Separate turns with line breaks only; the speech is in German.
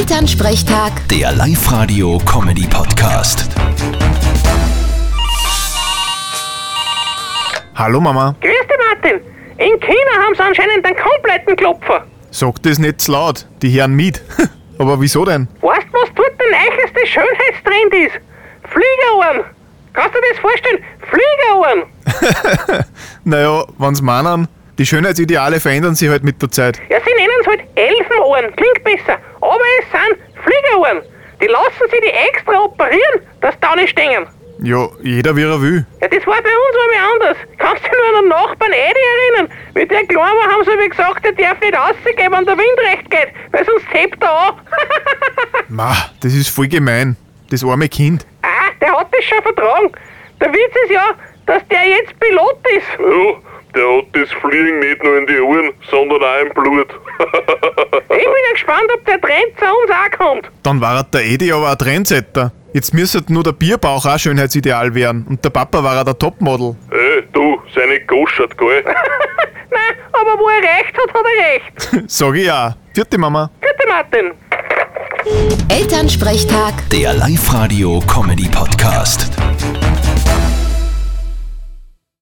Elternsprechtag,
Der Live-Radio-Comedy-Podcast.
Hallo Mama,
Grüß dich, Martin. In China haben sie anscheinend einen kompletten Klopfer.
sag das nicht zu laut, die hören mit. Aber wieso denn?
Weißt du, was dort der neueste Schönheitstrend ist? Fliegerohren. Kannst du dir das vorstellen? Fliegerohren.
Naja, wenn's meinen, die Schönheitsideale verändern sich halt mit der Zeit.
Ja, sie nennen es halt Elfenohren. Klingt besser. Aber es sind Fliegerohren. Die lassen sich die extra operieren, dass sie da nicht stehen.
Ja, jeder wie er will.
Ja, das war bei uns einmal anders. Kannst du dich nur an den Nachbarn Eidi erinnern? Mit der Kleinen haben sie mir gesagt, der darf nicht rausgehen, wenn der Wind recht geht, weil sonst hebt er an.
Ma, das ist voll gemein. Das arme Kind.
Ah, der hat das schon vertragen. Der Witz ist ja, dass der jetzt Pilot ist.
Ja, der hat das Fliegen nicht nur in die Ohren, sondern auch im Blut.
Ich bin ja gespannt, ob der Trend zu uns auch kommt.
Dann war er der Edi aber ein Trendsetter. Jetzt müsste nur der Bierbauch auch Schönheitsideal werden und der Papa war auch der Topmodel.
Ey, Äh, du, sei nicht goschert, gell?
Nein, aber wo er recht hat, hat er recht.
Sag ich ja. Vierte Mama.
Gute Martin.
Elternsprechtag.
Der Live-Radio-Comedy-Podcast.